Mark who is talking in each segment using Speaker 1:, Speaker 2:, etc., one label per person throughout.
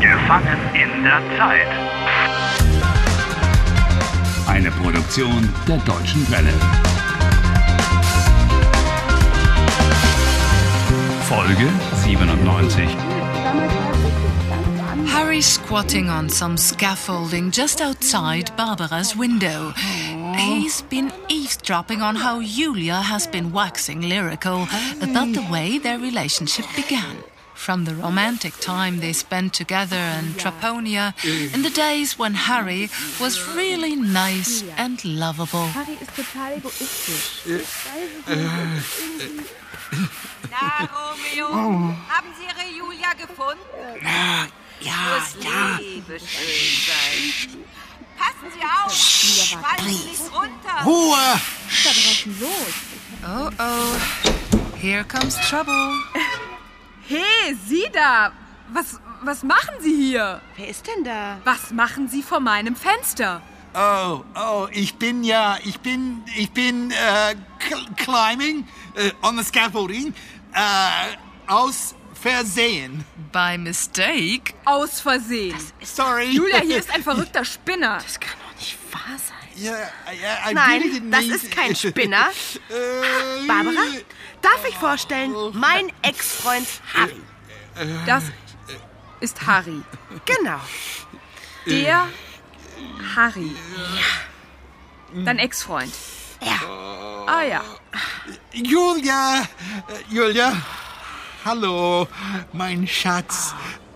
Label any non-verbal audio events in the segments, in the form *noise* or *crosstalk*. Speaker 1: Gefangen in der Zeit.
Speaker 2: Eine Produktion der Deutschen Welle. Folge 97.
Speaker 3: Harry squatting on some scaffolding just outside Barbara's window. He's been eavesdropping on how Julia has been waxing lyrical about the way their relationship began. From the romantic time they spent together in Traponia, in the days when Harry was really nice and lovable.
Speaker 4: Harry ist total egoistisch.
Speaker 5: Na, Romeo, haben Sie Ihre Julia gefunden? Oh. Ja, Muss ja. Liebe schön sein. Passen Sie auf, fallen Sie nicht runter.
Speaker 3: Oh oh, here comes trouble.
Speaker 4: Hey, Sie da! Was, was machen Sie hier?
Speaker 6: Wer ist denn da?
Speaker 4: Was machen Sie vor meinem Fenster?
Speaker 7: Oh, oh, ich bin ja, ich bin, ich bin äh, cl- climbing äh, on the scaffolding äh, aus Versehen.
Speaker 3: By mistake,
Speaker 4: Aus Versehen.
Speaker 7: Sorry.
Speaker 4: Julia,
Speaker 6: *laughs*
Speaker 7: *laughs*
Speaker 4: hier ist ein verrückter Spinner.
Speaker 6: Das kann doch nicht wahr sein.
Speaker 7: Ja, ja, I really
Speaker 6: Nein,
Speaker 7: didn't
Speaker 6: das
Speaker 7: mean-
Speaker 6: ist kein Spinner.
Speaker 7: Äh,
Speaker 6: Barbara, darf ich vorstellen, mein Ex-Freund Harry.
Speaker 4: Das ist Harry.
Speaker 6: Genau.
Speaker 4: Der Harry. Dein Ex-Freund.
Speaker 6: Ja.
Speaker 4: Ah ja.
Speaker 7: Julia, äh, Julia, hallo, mein Schatz.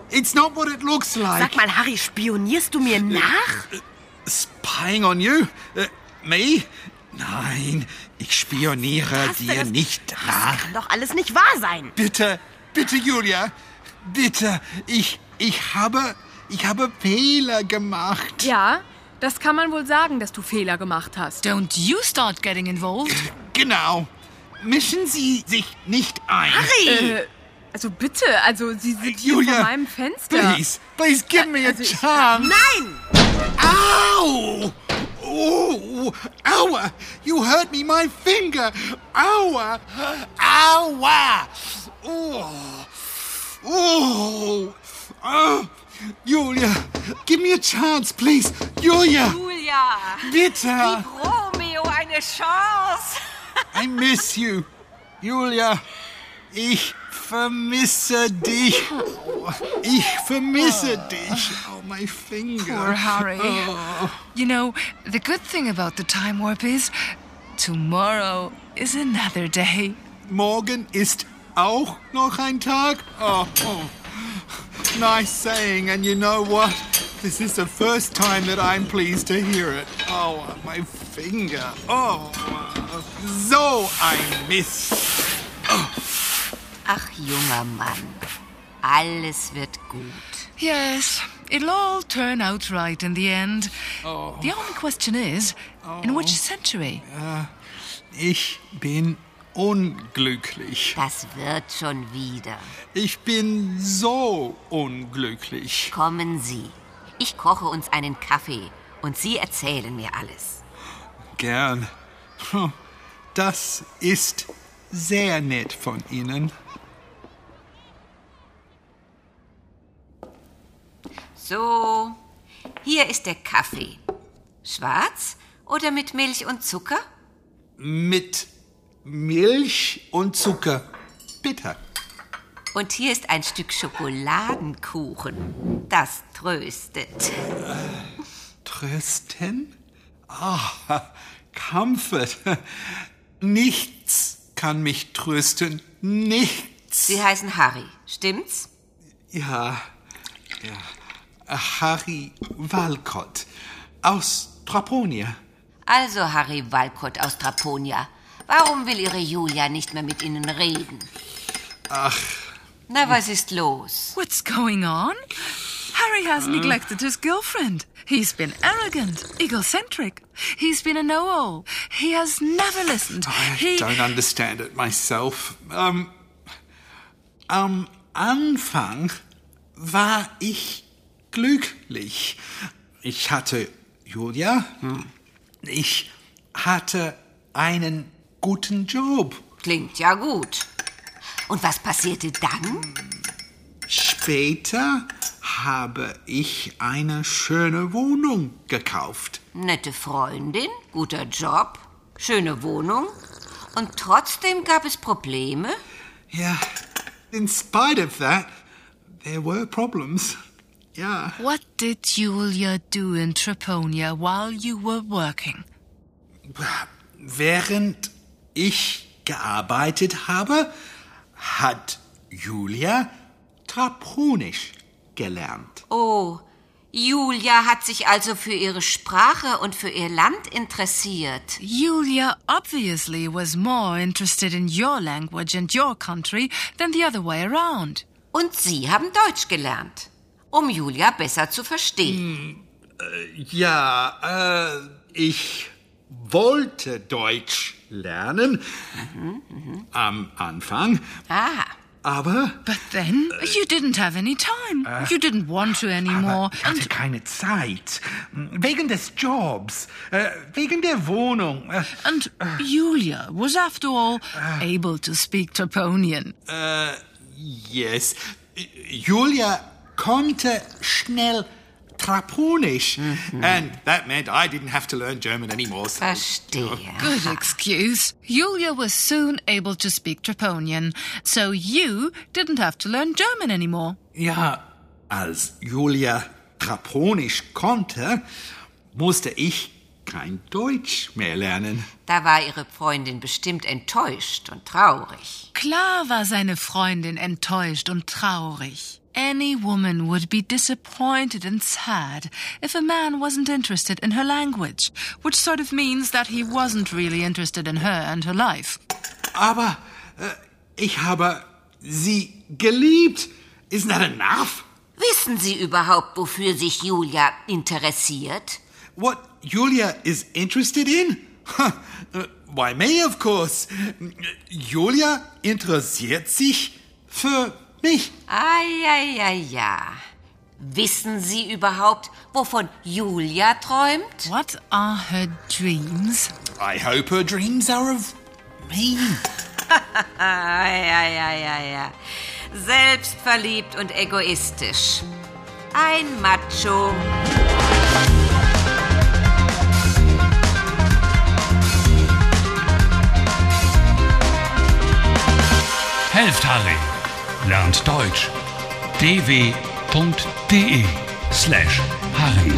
Speaker 7: It's not what it looks like.
Speaker 6: Sag mal, Harry, spionierst du mir nach?
Speaker 7: Spying on you? Äh, me? Nein, ich spioniere dir
Speaker 6: das-
Speaker 7: nicht nach.
Speaker 6: Kann doch alles nicht wahr sein.
Speaker 7: Bitte, bitte, Julia, bitte. Ich, ich habe, ich habe Fehler gemacht.
Speaker 4: Ja, das kann man wohl sagen, dass du Fehler gemacht hast.
Speaker 3: don't you start getting involved.
Speaker 7: Genau. Mischen Sie sich nicht ein.
Speaker 6: Harry!
Speaker 4: Äh, also bitte, also Sie sind hier
Speaker 7: Julia,
Speaker 4: vor meinem Fenster.
Speaker 7: Please, please give me a
Speaker 4: also ich-
Speaker 7: chance.
Speaker 6: Nein!
Speaker 7: Ow! Oh, aua! You hurt me, my finger! Aua! Aua! Oh! Oh! Oh! Julia, give me a chance, please! Julia!
Speaker 5: Julia,
Speaker 7: Bitte!
Speaker 5: gib Romeo eine Chance.
Speaker 7: I miss you. Julia, ich vermisse dich. Ich vermisse dich. Oh, my finger.
Speaker 3: Poor *laughs* Harry. You know, the good thing about the time warp is tomorrow is another day.
Speaker 7: Morgen ist auch noch ein Tag. Oh, oh. Nice saying, and you know what? This is the first time that I'm pleased to hear it. Oh, my finger. Oh, so ein Mist.
Speaker 5: *laughs* Ach, junger Mann, alles wird gut.
Speaker 3: Yes, it'll all turn out right in the end. The only question is in which century?
Speaker 7: Ich bin unglücklich.
Speaker 5: Das wird schon wieder.
Speaker 7: Ich bin so unglücklich.
Speaker 5: Kommen Sie. Ich koche uns einen Kaffee und Sie erzählen mir alles.
Speaker 7: Gern. Hm, Das ist sehr nett von Ihnen.
Speaker 5: So, hier ist der Kaffee. Schwarz oder mit Milch und Zucker?
Speaker 7: Mit Milch und Zucker. Bitte.
Speaker 5: Und hier ist ein Stück Schokoladenkuchen. Das tröstet.
Speaker 7: Trösten? Ah, Comfort. Nichts kann mich trösten. Nichts.
Speaker 5: Sie heißen Harry, stimmt's?
Speaker 7: Ja, ja. Harry Walcott aus Traponia.
Speaker 5: Also Harry Walcott aus Traponia. Warum will Ihre Julia nicht mehr mit Ihnen reden?
Speaker 7: Ach,
Speaker 5: Na, was ist los?
Speaker 3: What's going on? Harry has neglected his girlfriend. He's been arrogant, egocentric. He's been a know all. He has never listened.
Speaker 7: I
Speaker 3: he
Speaker 7: don't understand it myself. Ähm, am Anfang war ich glücklich. Ich hatte Julia. Ich hatte einen guten Job.
Speaker 5: Klingt ja gut. Und was passierte dann?
Speaker 7: Später habe ich eine schöne Wohnung gekauft.
Speaker 5: Nette Freundin, guter Job, schöne Wohnung. Und trotzdem gab es Probleme?
Speaker 7: Yeah. In spite of that, there were problems. Yeah.
Speaker 3: What did Julia do in Treponia while you were working?
Speaker 7: Während ich gearbeitet habe, hat Julia Traponisch gelernt.
Speaker 5: Oh, Julia hat sich also für ihre Sprache und für ihr Land interessiert.
Speaker 3: Julia obviously was more interested in your language and your country than the other way around.
Speaker 5: Und Sie haben Deutsch gelernt, um Julia besser zu verstehen.
Speaker 7: Ja, äh, ich wollte Deutsch lernen am Anfang,
Speaker 5: Ah,
Speaker 7: aber
Speaker 3: But then Uh, you didn't have any time. you didn't want to anymore.
Speaker 8: Aber ich hatte keine Zeit. Wegen des Jobs. Äh, wegen der Wohnung. Äh,
Speaker 3: And Julia was, after all, able to speak Treponian.
Speaker 7: yes, Julia konnte schnell Traponisch. And that meant I didn't have to learn German anymore. So.
Speaker 5: verstehe.
Speaker 3: *laughs* Good excuse. Julia was soon able to speak Treponian, so you didn't have to learn German anymore.
Speaker 7: Ja, als Julia Traponisch konnte, musste ich kein Deutsch mehr lernen.
Speaker 5: Da war Ihre Freundin bestimmt enttäuscht und traurig.
Speaker 3: Klar war seine Freundin enttäuscht und traurig. Any woman would be disappointed and sad if a man wasn't interested in her language, which sort of means that he wasn't really interested in her and her life.
Speaker 7: Aber äh, ich habe sie geliebt. Isn't that enough?
Speaker 5: Wissen Sie überhaupt, wofür sich Julia interessiert?
Speaker 7: What Julia is interested in? Huh, äh, Why me, of course. Julia interessiert sich für mich.
Speaker 5: Ai, ai, ai, ja. Wissen Sie überhaupt, wovon Julia träumt?
Speaker 3: What are her dreams?
Speaker 7: I hope her dreams are of me.
Speaker 5: Ai, ai, ai, ai, ai. Selbstverliebt und egoistisch. Ein Macho.
Speaker 2: Helft Harry. Lernt Deutsch. dw.de slash Harry.